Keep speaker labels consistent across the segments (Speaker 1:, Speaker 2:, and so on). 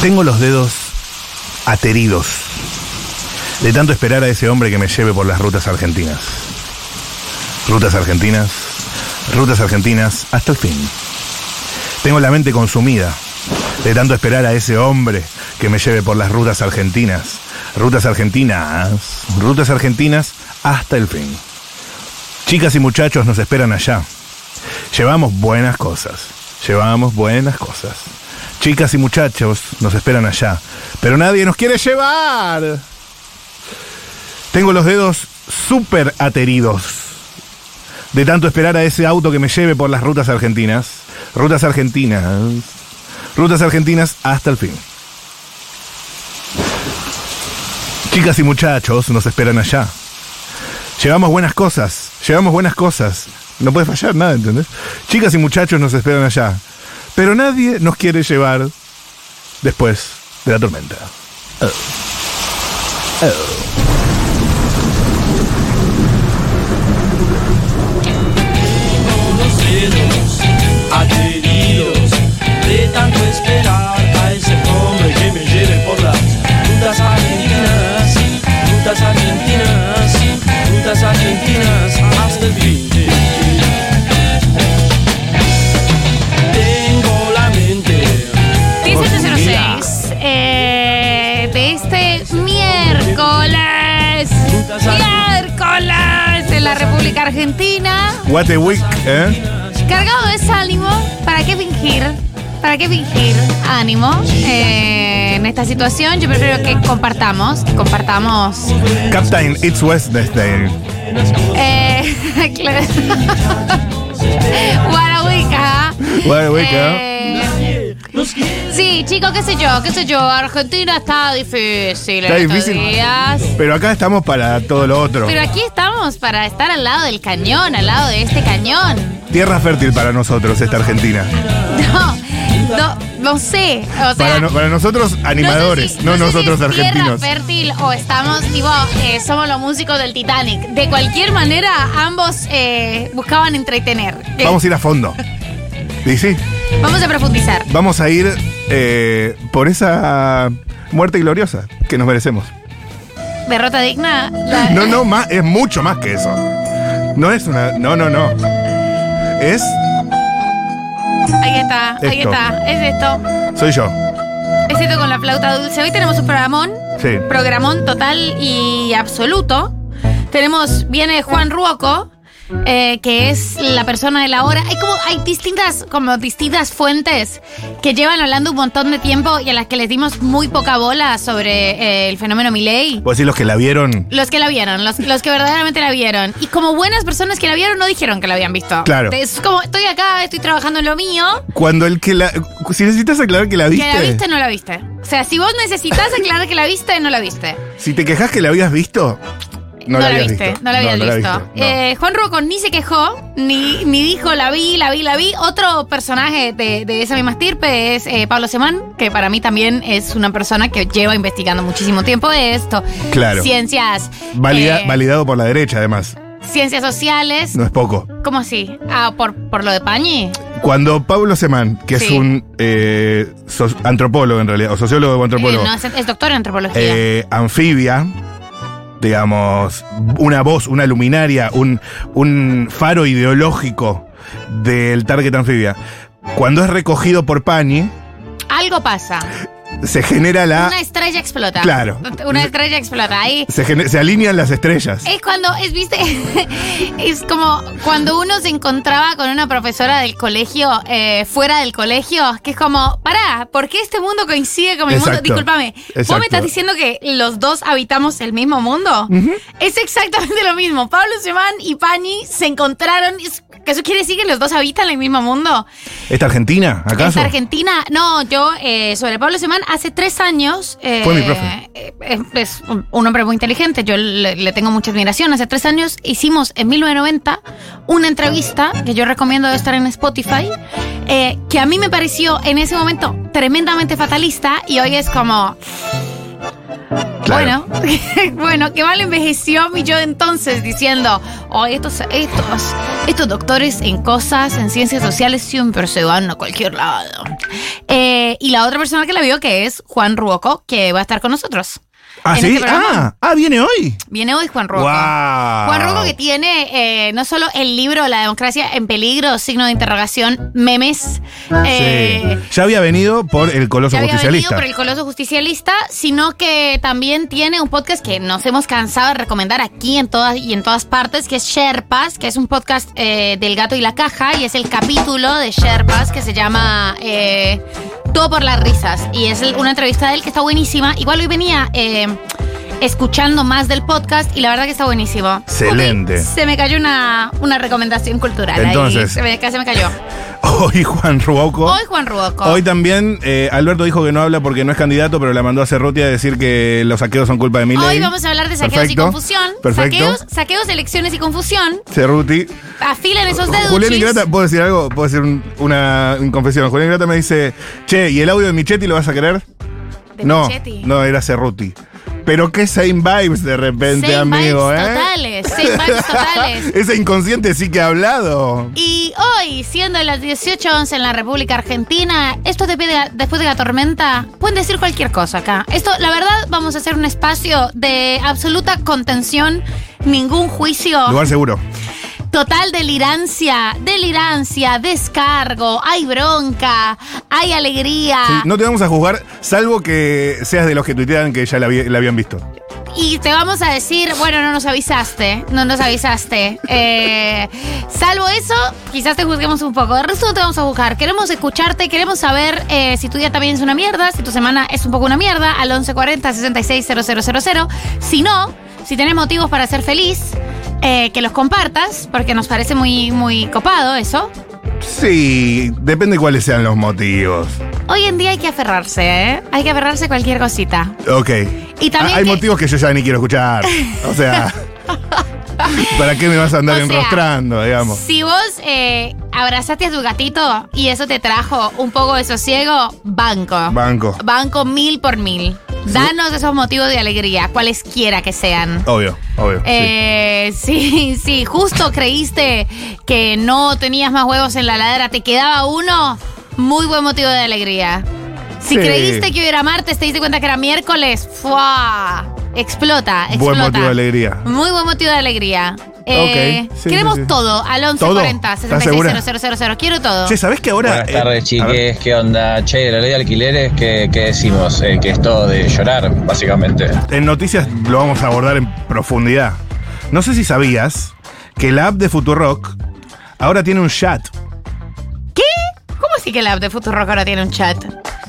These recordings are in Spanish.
Speaker 1: Tengo los dedos ateridos de tanto esperar a ese hombre que me lleve por las rutas argentinas. Rutas argentinas, rutas argentinas, hasta el fin. Tengo la mente consumida de tanto esperar a ese hombre que me lleve por las rutas argentinas. Rutas argentinas, rutas argentinas, hasta el fin. Chicas y muchachos nos esperan allá. Llevamos buenas cosas. Llevamos buenas cosas. Chicas y muchachos nos esperan allá. Pero nadie nos quiere llevar. Tengo los dedos súper ateridos de tanto esperar a ese auto que me lleve por las rutas argentinas. Rutas argentinas. Rutas argentinas hasta el fin. Chicas y muchachos nos esperan allá. Llevamos buenas cosas. Llevamos buenas cosas. No puede fallar nada, ¿entendés? Chicas y muchachos nos esperan allá. Pero nadie nos quiere llevar después de la tormenta. Oh. Oh.
Speaker 2: adheridos de tanto esperar a ese hombre que me lleve por las rutas argentinas, rutas argentinas, rutas argentinas hasta el fin. Tengo la mente.
Speaker 3: 10706 eh, de este miércoles. Miércoles de la República Argentina.
Speaker 1: What a week, ¿eh?
Speaker 3: Cargado de ese ánimo, ¿para qué fingir? ¿Para qué fingir ánimo eh, en esta situación? Yo prefiero que compartamos, que compartamos.
Speaker 1: Captain, it's Wednesday.
Speaker 3: Eh, claro. Guarahuica.
Speaker 1: What a week, ¿eh?
Speaker 3: Eh, sí, chicos, qué sé yo, qué sé yo. Argentina está difícil.
Speaker 1: Está
Speaker 3: en estos
Speaker 1: difícil.
Speaker 3: días.
Speaker 1: Pero acá estamos para todo lo otro.
Speaker 3: Pero aquí estamos para estar al lado del cañón, al lado de este cañón.
Speaker 1: Tierra fértil para nosotros esta Argentina.
Speaker 3: No, no, no sé. O sea,
Speaker 1: para, no- para nosotros animadores,
Speaker 3: sé
Speaker 1: no,
Speaker 3: si- sé
Speaker 1: nosotros
Speaker 3: si es tierra
Speaker 1: argentinos.
Speaker 3: fértil o estamos, digo, eh, somos los músicos del Titanic. De cualquier manera, ambos eh, buscaban entretener. Eh,
Speaker 1: Vamos a ir a fondo. Y sí,
Speaker 3: vamos a profundizar.
Speaker 1: vamos a ir eh, por esa muerte gloriosa que nos merecemos.
Speaker 3: Derrota digna. la-
Speaker 1: No, no, más, es mucho más que eso. No es una. No, no, no. Es.
Speaker 3: Ahí está, ahí
Speaker 1: Esto.
Speaker 3: está. Es esto.
Speaker 1: Soy yo.
Speaker 3: Es esto con la flauta dulce. Hoy tenemos un programón.
Speaker 1: Sí.
Speaker 3: programón total y absoluto. Tenemos, viene Juan Ruoco, eh, que es la persona de la hora. Hay como, hay distintas, como distintas fuentes que llevan hablando un montón de tiempo y a las que les dimos muy poca bola sobre eh, el fenómeno Milei.
Speaker 1: Vos decís los que la vieron.
Speaker 3: Los que la vieron, los, los que verdaderamente la vieron. Y como buenas personas que la vieron, no dijeron que la habían visto.
Speaker 1: Claro.
Speaker 3: Es como, estoy acá, estoy trabajando en lo mío.
Speaker 1: Cuando el que la. Si necesitas aclarar que la viste.
Speaker 3: Que la viste, no la viste. O sea, si vos necesitas aclarar que la viste, no la viste.
Speaker 1: Si te quejas que la habías visto, no, la, habías
Speaker 3: viste,
Speaker 1: visto.
Speaker 3: no la habías
Speaker 1: no
Speaker 3: visto.
Speaker 1: no.
Speaker 3: Eh, Juan Rocco ni se quejó, ni, ni dijo la vi, la vi, la vi. Otro personaje de, de esa misma estirpe es eh, Pablo Semán, que para mí también es una persona que lleva investigando muchísimo tiempo esto.
Speaker 1: Claro.
Speaker 3: Ciencias.
Speaker 1: Valida-
Speaker 3: eh,
Speaker 1: Validado por la derecha, además.
Speaker 3: Ciencias sociales.
Speaker 1: No es poco.
Speaker 3: ¿Cómo así? Ah, por, por lo de Pañi.
Speaker 1: Cuando Pablo Semán, que es
Speaker 3: Sí.
Speaker 1: un eh, so- antropólogo en realidad, o sociólogo o antropólogo,
Speaker 3: Eh, no, es, es doctor en antropología.
Speaker 1: eh, anfibia, digamos, una voz, una luminaria, un, un faro ideológico del target anfibia, cuando es recogido por Pani,
Speaker 3: Algo pasa.
Speaker 1: se genera la.
Speaker 3: una estrella explota.
Speaker 1: ah, Claro.
Speaker 3: Una estrella explota. Ahí.
Speaker 1: Se, gene- se alinean las estrellas.
Speaker 3: Es cuando, es, viste, es como cuando uno se encontraba con una profesora del colegio, eh, fuera del colegio, que es como, pará, ¿por qué este mundo coincide con mi mundo?
Speaker 1: Exacto.
Speaker 3: Discúlpame, ¿vos
Speaker 1: Exacto.
Speaker 3: me estás diciendo que los dos habitamos el mismo mundo? Es exactamente lo mismo. Pablo Semán y Pani se encontraron. es- ¿Eso quiere decir que los dos habitan el mismo mundo?
Speaker 1: ¿Esta Argentina, acaso?
Speaker 3: ¿Es Argentina? No, yo eh, sobre Pablo Semán hace tres años. eh,
Speaker 1: Fue mi profe.
Speaker 3: eh, Es, es un- un hombre muy inteligente, yo le, le tengo mucha admiración. Hace tres años hicimos en 1990 una entrevista que yo recomiendo de estar en Spotify, eh, que a mí me pareció en ese momento tremendamente fatalista y hoy es como,
Speaker 1: Claro.
Speaker 3: bueno, bueno, que mal envejeció mi yo entonces diciendo, oh, estos, estos, estos doctores en cosas, en ciencias sociales siempre se van a cualquier lado. Eh, y la otra persona que la vio, que es Juan Ruoco, que va a estar con nosotros.
Speaker 1: Ah,
Speaker 3: en
Speaker 1: sí.
Speaker 3: este programa.
Speaker 1: ah, ah, viene hoy.
Speaker 3: Viene hoy Juan Ruoco.
Speaker 1: Guau.
Speaker 3: Juan Ruoco que tiene eh, no solo el libro La democracia en peligro, signo de interrogación, memes. eh,
Speaker 1: Sí. Ya había venido por el coloso
Speaker 3: ya había venido
Speaker 1: justicialista.
Speaker 3: por el Coloso Justicialista, sino que también tiene un podcast que nos hemos cansado de recomendar aquí en todas y en todas partes, que es Sherpas, que es un podcast eh, del gato y la caja, y es el capítulo de Sherpas que se llama eh, Todo por las risas. Y es el- una entrevista de él que está buenísima. Igual hoy venía eh, escuchando más del podcast y la verdad que está buenísimo.
Speaker 1: Excelente.
Speaker 3: Ok, se me cayó una, una recomendación cultural. ahí.
Speaker 1: Entonces. Oh.
Speaker 3: se, me, se me cayó.
Speaker 1: Hoy Juan Ruauco.
Speaker 3: Hoy Juan Ruoco.
Speaker 1: Hoy también eh, Alberto dijo que no habla porque no es candidato, pero la mandó a Cerruti a decir que los saqueos son culpa de Milei.
Speaker 3: Hoy vamos a hablar de saqueos
Speaker 1: Perfecto,
Speaker 3: y confusión.
Speaker 1: Perfecto.
Speaker 3: Saqueos, saqueos, elecciones y confusión.
Speaker 1: Cerruti.
Speaker 3: Afilan esos dedos.
Speaker 1: Julián
Speaker 3: chis.
Speaker 1: Ingrata, ¿puedo decir algo? ¿Puedo decir un- una un confesión? Julián Ingrata me dice, che, ¿y el audio de Michetti lo vas a querer?
Speaker 3: De
Speaker 1: no,
Speaker 3: Michetti.
Speaker 1: no, era Cerruti. Pero qué same vibes de repente,
Speaker 3: Same
Speaker 1: amigo,
Speaker 3: vibes
Speaker 1: ¿eh?
Speaker 3: totales, same vibes totales.
Speaker 1: Ese inconsciente sí que ha hablado.
Speaker 3: Y hoy, siendo las 18.11 en la República Argentina, esto te pide, después de la tormenta, pueden decir cualquier cosa acá. Esto, la verdad, vamos a hacer un espacio de absoluta contención, ningún juicio.
Speaker 1: Lugar seguro.
Speaker 3: Total delirancia, delirancia, descargo, hay bronca, hay alegría.
Speaker 1: Sí, no te vamos a juzgar, salvo que seas de los que tuitean que ya la, vi- la habían visto.
Speaker 3: Y te vamos a decir, bueno, no nos avisaste, no nos avisaste. Eh, salvo eso, quizás te juzguemos un poco. De resto no te vamos a juzgar. Queremos escucharte, queremos saber eh, si tu día también es una mierda, si tu semana es un poco una mierda, al 1140-660000. Si no, si tenés motivos para ser feliz, eh, que los compartas, porque nos parece muy, muy copado eso.
Speaker 1: Sí, depende cuáles sean los motivos.
Speaker 3: Hoy en día hay que aferrarse, ¿eh? Hay que aferrarse a cualquier cosita.
Speaker 1: Ok.
Speaker 3: Y también
Speaker 1: Ah, hay
Speaker 3: que-
Speaker 1: motivos que yo ya ni quiero escuchar. O sea, ¿para qué me vas a andar
Speaker 3: O sea,
Speaker 1: enrostrando, digamos?
Speaker 3: Si vos eh, abrazaste a tu gatito y eso te trajo un poco de sosiego, banco.
Speaker 1: Banco.
Speaker 3: Banco mil por mil. Danos esos motivos de alegría, cualesquiera que sean.
Speaker 1: Obvio, obvio. sí.
Speaker 3: Eh, sí. sí, justo creíste que no tenías más huevos en la ladera, te quedaba uno, muy buen motivo de alegría. Si
Speaker 1: Sí.
Speaker 3: creíste que hoy era martes, te diste cuenta que era miércoles, ¡fua! Explota, explota.
Speaker 1: Buen motivo de alegría.
Speaker 3: Muy buen motivo de alegría. Eh,
Speaker 1: Ok, sí,
Speaker 3: queremos
Speaker 1: sí, sí.
Speaker 3: todo al
Speaker 1: ¿Todo?
Speaker 3: 1140
Speaker 1: ¿Estás segura?
Speaker 3: 660000. Quiero todo.
Speaker 1: Che, ¿sabés que ahora.
Speaker 4: Buenas
Speaker 1: eh,
Speaker 4: tardes,
Speaker 1: a ver,
Speaker 4: chiques. ¿Qué onda? Che, de la ley de alquileres, ¿qué, qué decimos? Eh, que es todo de llorar, básicamente.
Speaker 1: en noticias lo vamos a abordar en profundidad. No sé si sabías que la app de Futurock ahora tiene un chat.
Speaker 3: ¿Cómo así que la app de Futuro ahora tiene un chat?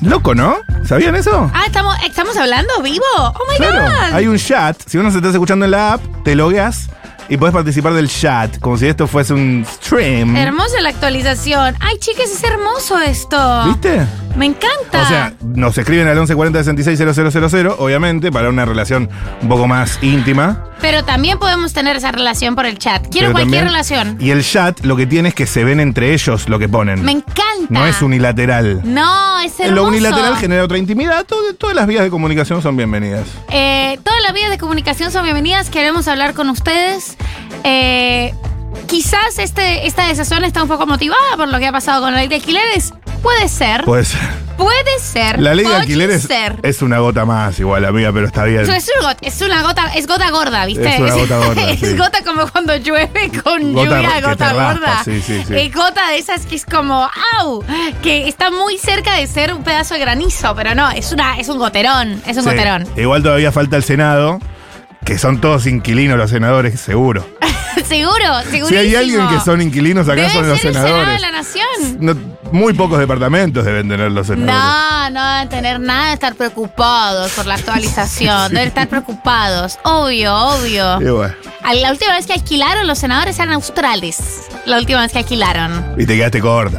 Speaker 1: Loco, ¿no? ¿Sabían eso?
Speaker 3: Ah, estamos, estamos hablando vivo. Oh my
Speaker 1: Claro,
Speaker 3: god.
Speaker 1: hay un chat. Si uno se está escuchando en la app, te logueas y puedes participar del chat, como si esto fuese un stream.
Speaker 3: Hermosa la actualización. Ay, chicas, es hermoso esto.
Speaker 1: ¿Viste?
Speaker 3: Me encanta.
Speaker 1: O sea, nos escriben al 1140-660000, obviamente, para una relación un poco más íntima.
Speaker 3: pero también podemos tener esa relación por el chat. Quiero
Speaker 1: pero también-
Speaker 3: cualquier relación.
Speaker 1: Y el chat lo que tiene es que se ven entre ellos lo que ponen.
Speaker 3: Me encanta.
Speaker 1: no es unilateral.
Speaker 3: No, es hermoso.
Speaker 1: Lo unilateral genera otra intimidad. Todo- todas las vías de comunicación son bienvenidas.
Speaker 3: Eh, todas las vías de comunicación son bienvenidas. Queremos hablar con ustedes. Eh, quizás este, esta desazón está un poco motivada por lo que ha pasado con la ley de alquileres. Puede ser.
Speaker 1: Pues
Speaker 3: puede ser.
Speaker 1: la ley de
Speaker 3: puede
Speaker 1: alquileres
Speaker 3: ser.
Speaker 1: es una gota más, igual, amiga, pero está bien.
Speaker 3: Es, una gota, es una gota, es gota gorda, ¿viste?
Speaker 1: Es una gota gorda,
Speaker 3: Es
Speaker 1: sí.
Speaker 3: gota como cuando llueve con
Speaker 1: Gota
Speaker 3: lluvia,
Speaker 1: que te
Speaker 3: gota
Speaker 1: raspa,
Speaker 3: gorda.
Speaker 1: sí, sí, sí.
Speaker 3: Es gota de esas que es como, ¡au! Que está muy cerca de ser un pedazo de granizo, pero no, es una, es un goterón, es un
Speaker 1: Sí.
Speaker 3: goterón.
Speaker 1: Igual todavía falta el Senado, que son todos inquilinos los senadores, seguro.
Speaker 3: Seguro, segurísimo.
Speaker 1: Si hay alguien que son inquilinos, acá
Speaker 3: Debe
Speaker 1: son los
Speaker 3: ser el Senado de
Speaker 1: senadores.
Speaker 3: la Nación.
Speaker 1: No- muy pocos departamentos deben tener los senadores.
Speaker 3: No, no deben tener nada de estar preocupados por la actualización. Deben estar preocupados. Obvio,
Speaker 1: Y,
Speaker 3: obvio.
Speaker 1: bueno,
Speaker 3: A La última vez que alquilaron los senadores eran australes. La última vez que alquilaron.
Speaker 1: y te quedaste corta.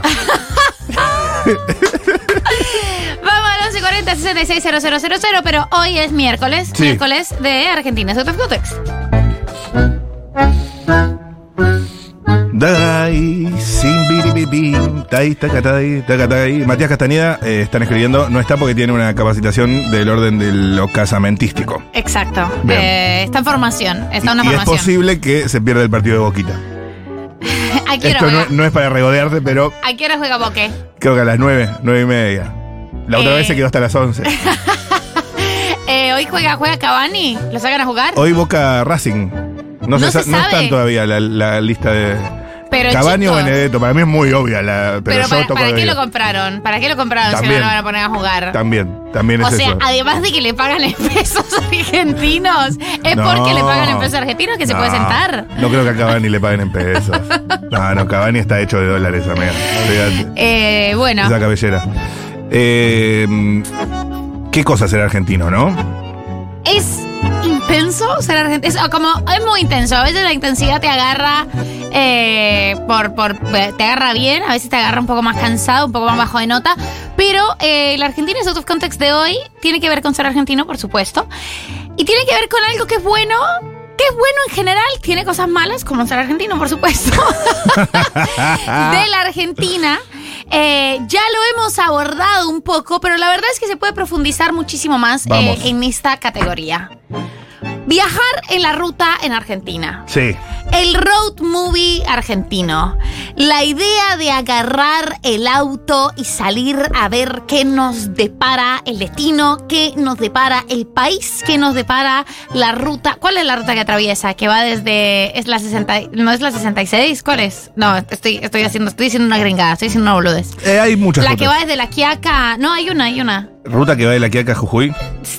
Speaker 3: Vamos al 1140 660000, pero hoy es miércoles.
Speaker 1: Sí.
Speaker 3: Miércoles de Argentina. Out of Context.
Speaker 1: Dai, sin biribibí, tai, tacatay, tacatay. Matías Castañeda eh, están escribiendo, no está porque tiene una capacitación del orden de lo casamentístico.
Speaker 3: Exacto.
Speaker 1: Bien.
Speaker 3: Eh, está en formación. Está en una
Speaker 1: y es
Speaker 3: formación.
Speaker 1: posible que se pierda el partido de Boquita.
Speaker 3: ¿A qué hora
Speaker 1: Esto no,
Speaker 3: juega?
Speaker 1: no es para regodearte, pero
Speaker 3: ¿A qué hora juega Boque?
Speaker 1: creo que a las nueve, nueve y media. La otra
Speaker 3: Eh.
Speaker 1: vez se quedó hasta las 11.
Speaker 3: Eh, hoy juega, juega Cavani. ¿Lo sacan a jugar?
Speaker 1: Hoy Boca Racing. No,
Speaker 3: No
Speaker 1: se, sa-
Speaker 3: se
Speaker 1: no
Speaker 3: sabe.
Speaker 1: están todavía la, la lista de.
Speaker 3: Pero,
Speaker 1: Cabaño o
Speaker 3: chicos,
Speaker 1: Benedetto. Para mí es muy obvia la. Pero,
Speaker 3: Pero,
Speaker 1: yo
Speaker 3: para,
Speaker 1: toco
Speaker 3: ¿para qué
Speaker 1: de-
Speaker 3: lo compraron? ¿Para qué lo compraron si
Speaker 1: También.
Speaker 3: no lo van a poner a jugar?
Speaker 1: También, también
Speaker 3: O
Speaker 1: es
Speaker 3: sea,
Speaker 1: eso.
Speaker 3: además de que le pagan en pesos argentinos, es
Speaker 1: No.
Speaker 3: porque le pagan en pesos argentinos que se
Speaker 1: No,
Speaker 3: puede sentar.
Speaker 1: No creo que a Cavani le paguen en pesos. No, no, Cavani está hecho de dólares, amiga. Olvídate.
Speaker 3: Eh, bueno,
Speaker 1: Esa cabellera. Eh, ¿Qué cosa ser argentino, no?
Speaker 3: es intenso ser argentino. Es, como, es muy intenso. A veces la intensidad te agarra eh, por, por te agarra bien, a veces te agarra un poco más cansado, un poco más bajo de nota. Pero eh, el Argentina es otro context de hoy. Tiene que ver con ser argentino, por supuesto. Y tiene que ver con algo que es bueno. Que es bueno en general, tiene cosas malas, como ser argentino, por supuesto. de la Argentina. Eh, ya lo hemos abordado un poco, pero la verdad es que se puede profundizar muchísimo más eh,
Speaker 1: Vamos.
Speaker 3: en esta categoría. Viajar en la ruta en Argentina.
Speaker 1: Sí.
Speaker 3: El road movie argentino. La idea de agarrar el auto y salir a ver qué nos depara el destino, qué nos depara el país, qué nos depara la ruta. ¿Cuál es la ruta que atraviesa? Que va desde. Es la 60. y- No es la 66. ¿Cuál es? No, estoy, estoy haciendo. Estoy diciendo una gringada. Estoy diciendo una boludez.
Speaker 1: Eh, hay muchas
Speaker 3: La que va
Speaker 1: rutas.
Speaker 3: desde la Quiaca. No, hay una, hay una.
Speaker 1: Ruta que va de la Quiaca a Jujuy.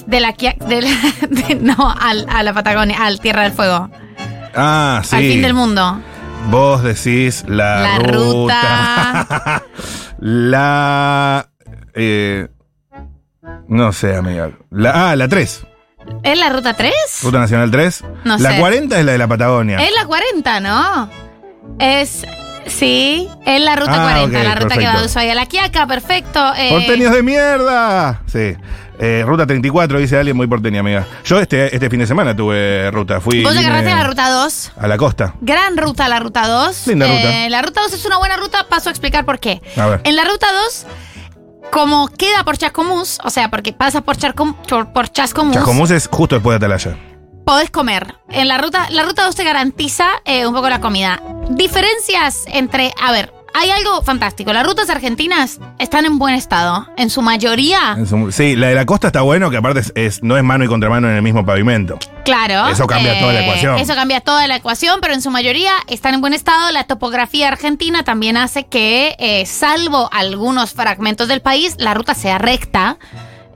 Speaker 3: De la Quiaca. de la- de- no, al- a la Patagonia, al Tierra del Fuego.
Speaker 1: Ah, sí.
Speaker 3: Al fin del mundo.
Speaker 1: Vos decís la,
Speaker 3: La
Speaker 1: ruta. la. eh, no sé, amiga. La, ah, la 3.
Speaker 3: ¿Es la ruta 3?
Speaker 1: Ruta Nacional 3.
Speaker 3: No
Speaker 1: la
Speaker 3: sé.
Speaker 1: 40 es la de la Patagonia.
Speaker 3: Es la 40, ¿no? Es. Sí, es la ruta
Speaker 1: Ah,
Speaker 3: 40,
Speaker 1: ok,
Speaker 3: la ruta que va
Speaker 1: perfecto.
Speaker 3: de Ushuaia a la Quiaca, perfecto. eh,
Speaker 1: ¡Porteños de mierda! Sí. Eh, ruta 34, dice alguien muy porteña, amiga. Yo este, este fin de semana tuve ruta. Fui.
Speaker 3: vos
Speaker 1: vine
Speaker 3: agarraste la ruta 2.
Speaker 1: A la costa.
Speaker 3: Gran ruta la ruta 2.
Speaker 1: Linda ruta.
Speaker 3: La ruta 2 es una buena ruta, paso a explicar por qué.
Speaker 1: A ver.
Speaker 3: En la ruta 2, como queda por Chascomús, o sea, porque pasas por, Charcom- por, por Chascomús,
Speaker 1: Chascomús es justo después de Atalaya.
Speaker 3: podés comer. En la ruta, la ruta 2 te garantiza eh, un poco la comida. Diferencias entre, a ver, hay algo fantástico. Las rutas argentinas están en buen estado. En su mayoría,
Speaker 1: En su- Sí, la de la costa está bueno, que aparte es, es- no es mano y contramano en el mismo pavimento.
Speaker 3: claro. eh,
Speaker 1: Eso cambia toda la ecuación.
Speaker 3: Eso cambia toda la ecuación, pero en su mayoría están en buen estado. La topografía argentina también hace que, eh, salvo algunos fragmentos del país, la ruta sea recta.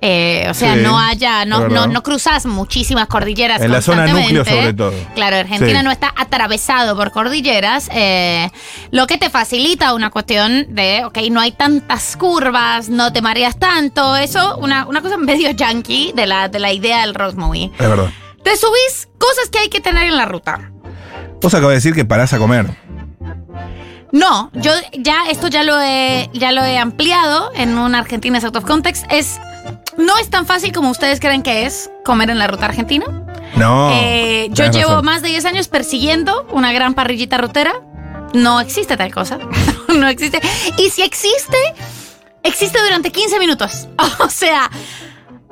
Speaker 3: Eh, o sea,
Speaker 1: Sí,
Speaker 3: no haya,
Speaker 1: es
Speaker 3: no,
Speaker 1: verdad.
Speaker 3: no, no cruzas muchísimas cordilleras.
Speaker 1: En la zona núcleo,
Speaker 3: constantemente. ¿eh?
Speaker 1: sobre todo.
Speaker 3: Claro, Argentina
Speaker 1: Sí.
Speaker 3: no está atravesado por cordilleras, eh, lo que te facilita una cuestión de, ok, no hay tantas curvas, no te mareas tanto. Eso, una, una cosa medio yankee de la, de la idea del road movie.
Speaker 1: Es verdad.
Speaker 3: Te subís cosas que hay que tener en la ruta.
Speaker 1: Vos acabas de decir que parás a comer.
Speaker 3: No, yo ya esto ya lo he, ya lo he ampliado en un Argentina Out of Context. Es no es tan fácil como ustedes creen que es comer en la ruta argentina.
Speaker 1: No.
Speaker 3: Eh, yo
Speaker 1: tenés
Speaker 3: llevo
Speaker 1: razón.
Speaker 3: más de 10 años persiguiendo una gran parrillita rotera. No existe tal cosa. no existe. Y si existe, existe durante 15 minutos. O sea,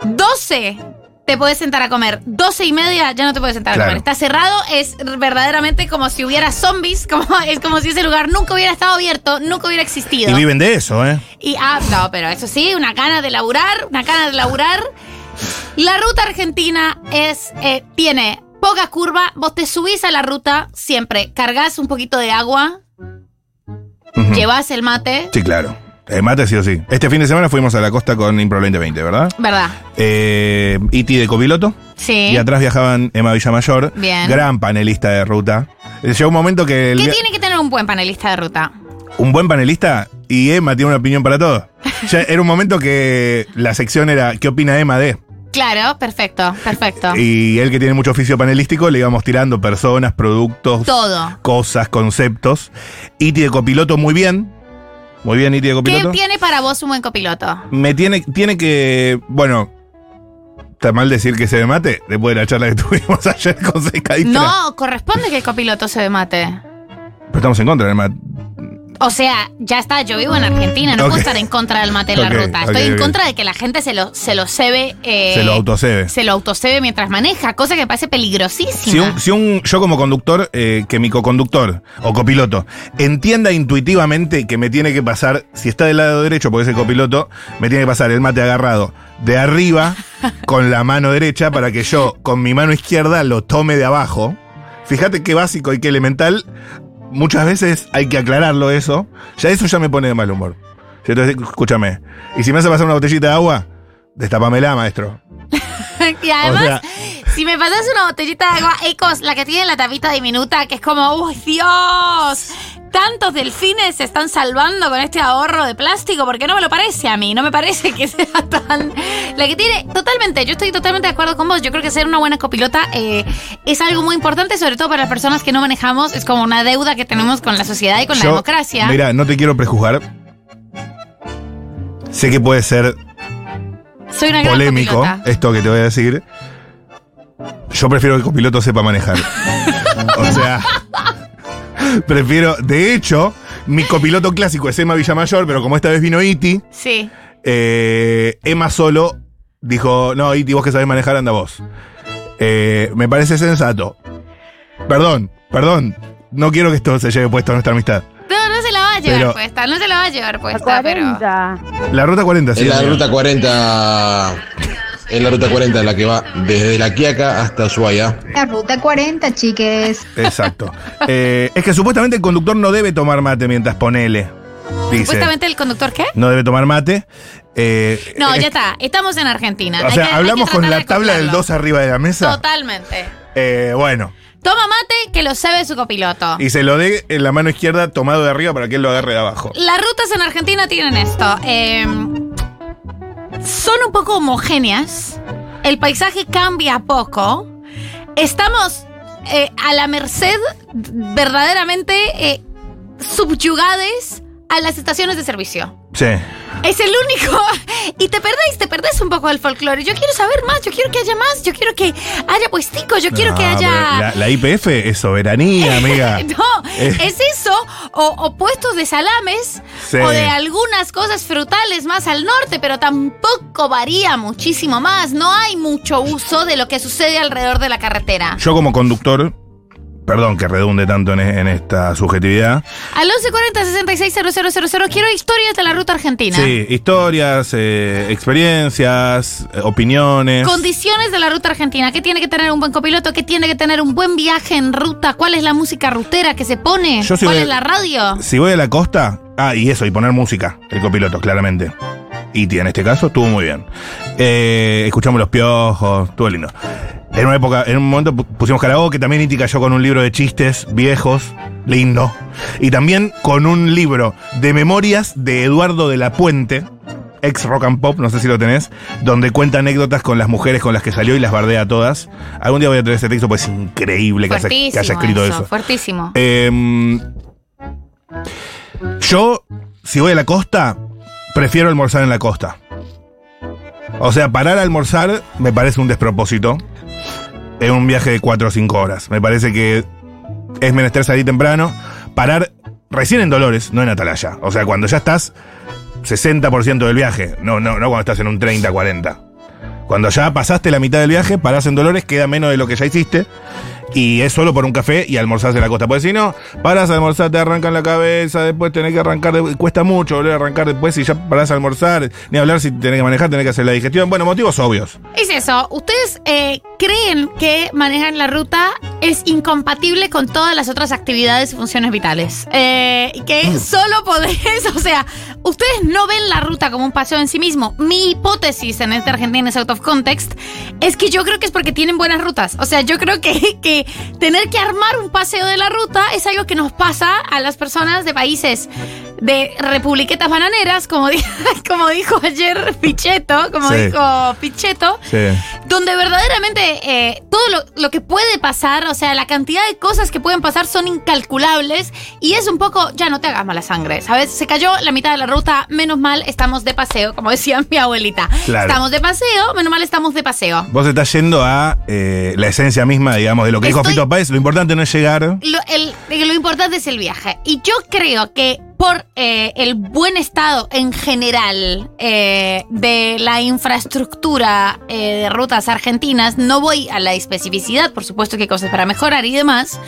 Speaker 3: 12 te puedes sentar a comer. 12 y media ya no te puedes sentar
Speaker 1: Claro.
Speaker 3: a comer. Está cerrado, es verdaderamente como si hubiera zombies. Como, es como si ese lugar nunca hubiera estado abierto, nunca hubiera existido.
Speaker 1: Y viven de eso, ¿eh?
Speaker 3: Y, ah, no, pero eso sí, una gana de laburar, una gana de laburar. La ruta argentina es, eh, tiene poca curva, vos te subís a la ruta siempre, cargas un poquito de agua,
Speaker 1: Ujú.
Speaker 3: llevas el mate,
Speaker 1: Mm. Sí, claro. El mate sí o sí. Este fin de semana fuimos a la costa con Impro 2020, ¿verdad?
Speaker 3: ¿verdad?
Speaker 1: Eh, Iti de copiloto.
Speaker 3: Sí.
Speaker 1: Y atrás viajaban Emma Villamayor.
Speaker 3: Bien.
Speaker 1: Gran panelista de ruta. Eh, Llegó un momento que el
Speaker 3: ¿Qué
Speaker 1: via-
Speaker 3: tiene que tener un buen panelista de ruta?
Speaker 1: un buen panelista y Emma tiene una opinión para todo. Ya era un momento que la sección era ¿Qué opina Emma de?
Speaker 3: Claro, perfecto, perfecto.
Speaker 1: Y él que tiene mucho oficio panelístico le íbamos tirando personas, productos,
Speaker 3: Todo.
Speaker 1: cosas, conceptos. Iti de copiloto muy bien. Muy bien, Iti de
Speaker 3: ¿Qué
Speaker 1: copiloto.
Speaker 3: tiene para vos un buen copiloto?
Speaker 1: Me tiene, tiene que. Bueno. Está mal decir que se me mate después de la charla que tuvimos ayer con Seca y Tra.
Speaker 3: No, corresponde que el copiloto se mate.
Speaker 1: Pero estamos en contra del mate.
Speaker 3: O sea, ya está, yo vivo en Argentina, no
Speaker 1: Ok.
Speaker 3: puedo estar en contra del mate en
Speaker 1: Ok,
Speaker 3: la ruta. Estoy
Speaker 1: ok,
Speaker 3: en
Speaker 1: ok.
Speaker 3: contra de que la gente se lo, se lo cebe. eh,
Speaker 1: Se lo autocede.
Speaker 3: Se lo autocebe mientras maneja, cosa que me parece peligrosísima.
Speaker 1: Si un, si un- yo como conductor, eh, que mi coconductor o copiloto entienda intuitivamente que me tiene que pasar, si está del lado derecho, porque es el copiloto, me tiene que pasar el mate agarrado de arriba con la mano derecha para que yo con mi mano izquierda lo tome de abajo. Fíjate qué básico y qué elemental. Muchas veces hay que aclararlo eso. Ya eso ya me pone de mal humor. Yo te digo, escúchame. Y si me hace pasar una botellita de agua, destapamela, maestro.
Speaker 3: y además,
Speaker 1: O sea-
Speaker 3: si me pasas una botellita de agua Ecos, la que tiene la tapita diminuta, que es como, ¡Uy, Dios! Tantos delfines se están salvando con este ahorro de plástico, porque no me lo parece a mí, no me parece que sea tan... La que tiene, totalmente, yo estoy totalmente de acuerdo con vos, yo creo que ser una buena copilota eh, es algo muy importante, sobre todo para las personas que no manejamos, es como una deuda que tenemos con la sociedad y con la
Speaker 1: Yo,
Speaker 3: democracia.
Speaker 1: Mira, no te quiero prejuzgar. Sé que puede ser
Speaker 3: Soy una gran
Speaker 1: polémico eh,
Speaker 3: copilota.
Speaker 1: esto que te voy a decir. Yo prefiero que el copiloto sepa manejar. o sea, prefiero. De hecho, mi copiloto clásico es Emma Villamayor, pero como esta vez vino Iti,
Speaker 3: Sí.
Speaker 1: eh, Emma solo dijo: No, Iti, vos que sabés manejar, anda vos. Eh, me parece sensato. Perdón, perdón. No quiero que esto se lleve puesto a nuestra amistad.
Speaker 3: No, no se la va a llevar
Speaker 1: Pero-
Speaker 3: puesta, no se la va a llevar puesta, pero...
Speaker 5: 40.
Speaker 1: La ruta 40, sí.
Speaker 6: Es la
Speaker 1: señor.
Speaker 6: ruta 40. Es la ruta 40 la que va desde La Quiaca hasta Ushuaia.
Speaker 7: La ruta 40, chiques.
Speaker 1: Exacto. Eh, es que supuestamente el conductor no debe tomar mate mientras ponele. Dice.
Speaker 3: Supuestamente el conductor, ¿qué?
Speaker 1: No debe tomar mate. Eh,
Speaker 3: No,
Speaker 1: eh,
Speaker 3: ya está. Estamos en Argentina.
Speaker 1: O
Speaker 3: Hay
Speaker 1: sea,
Speaker 3: que- hay
Speaker 1: hablamos
Speaker 3: que
Speaker 1: con
Speaker 3: tratar
Speaker 1: la
Speaker 3: de
Speaker 1: tabla del
Speaker 3: acoplarlo.
Speaker 1: 2 arriba de la mesa.
Speaker 3: Totalmente.
Speaker 1: Eh, bueno,
Speaker 3: Toma mate que lo sabe su copiloto.
Speaker 1: y se lo dé en la mano izquierda tomado de arriba para que él lo agarre de abajo.
Speaker 3: Las rutas en Argentina tienen esto. eh, son un poco homogéneas. El paisaje cambia poco. Estamos eh, a la merced verdaderamente eh, subyugades a las estaciones de servicio.
Speaker 1: Sí.
Speaker 3: Es el único. Y te perdés, te perdés un poco del folclore. Yo quiero saber más, yo quiero que haya más, yo quiero que haya puestico, yo quiero que
Speaker 1: No, pero
Speaker 3: haya.
Speaker 1: La, la IPF es soberanía, amiga.
Speaker 3: No,
Speaker 1: Eh.
Speaker 3: es eso, o, o puestos de salames,
Speaker 1: Sí.
Speaker 3: o de algunas cosas frutales más al norte, pero tampoco varía muchísimo más. No hay mucho uso de lo que sucede alrededor de la carretera.
Speaker 1: Yo, como conductor, perdón que redunde tanto en, en esta subjetividad.
Speaker 3: Al 1140-660000 quiero historias de la ruta argentina.
Speaker 1: Sí, historias, eh, experiencias, eh, opiniones.
Speaker 3: Condiciones de la ruta argentina. ¿Qué tiene que tener un buen copiloto? ¿Qué tiene que tener un buen viaje en ruta? ¿Cuál es la música rutera que se pone?
Speaker 1: Yo soy
Speaker 3: ¿Cuál
Speaker 1: de-
Speaker 3: es la radio?
Speaker 1: Si voy a la costa, ah, y eso, y poner música, el copiloto, claramente. Y en este caso estuvo muy bien. Eh, escuchamos los piojos, estuvo lindo. En una época, en un momento pu- pusimos karaoke, también Iti cayó con un libro de chistes viejos, lindo. Y también con un libro de memorias de Eduardo de la Puente, ex rock and pop, no sé si lo tenés, donde cuenta anécdotas con las mujeres con las que salió y las bardea a todas. Algún día voy a tener ese texto, pues es increíble que haya, que haya escrito eso.
Speaker 3: Fuertísimo.
Speaker 1: Em, yo, si voy a la costa, prefiero almorzar en la costa. O sea, parar a almorzar me parece un despropósito en un viaje de 4 o 5 horas. Me parece que es menester salir temprano, parar recién en Dolores, no en Atalaya. O sea, cuando ya estás 60% del viaje, no, no, no cuando estás en un 30, 40. Cuando ya pasaste la mitad del viaje, parás en Dolores, queda menos de lo que ya hiciste. Y es solo por un café y almorzás en la costa. Porque si no, paras a almorzar, te arrancan la cabeza, después tenés que arrancar, de- cuesta mucho volver a arrancar después y ya parás a almorzar, ni hablar si tenés que manejar, tenés que hacer la digestión. Bueno, motivos obvios.
Speaker 3: Es eso. ¿Ustedes eh, creen que manejar la ruta es incompatible con todas las otras actividades y funciones vitales? Eh, que solo podés, o sea, ustedes no ven la ruta como un paseo en sí mismo. Mi hipótesis en este Argentina es out of context es que yo creo que es porque tienen buenas rutas. O sea, yo creo que, que tener que armar un paseo de la ruta es algo que nos pasa a las personas de países de republiquetas bananeras, como, di- como dijo ayer Pichetto, como
Speaker 1: Sí.
Speaker 3: dijo Pichetto
Speaker 1: Sí.
Speaker 3: donde verdaderamente eh, todo lo, lo que puede pasar, o sea, la cantidad de cosas que pueden pasar son incalculables y es un poco, ya no te hagas mala sangre, ¿sabes? Se cayó la mitad de la ruta, menos mal estamos de paseo, como decía mi abuelita.
Speaker 1: Claro.
Speaker 3: Estamos de paseo, menos mal estamos de paseo.
Speaker 1: Vos estás yendo a eh, la esencia misma, digamos, de lo que dijo
Speaker 3: Estoy- eh,
Speaker 1: Fito Páez. Lo importante no es llegar.
Speaker 3: Lo, el- lo importante es el viaje y yo creo que por eh, el buen estado en general eh, de la infraestructura eh, de rutas argentinas, no voy a la especificidad, por supuesto que hay cosas para mejorar y demás,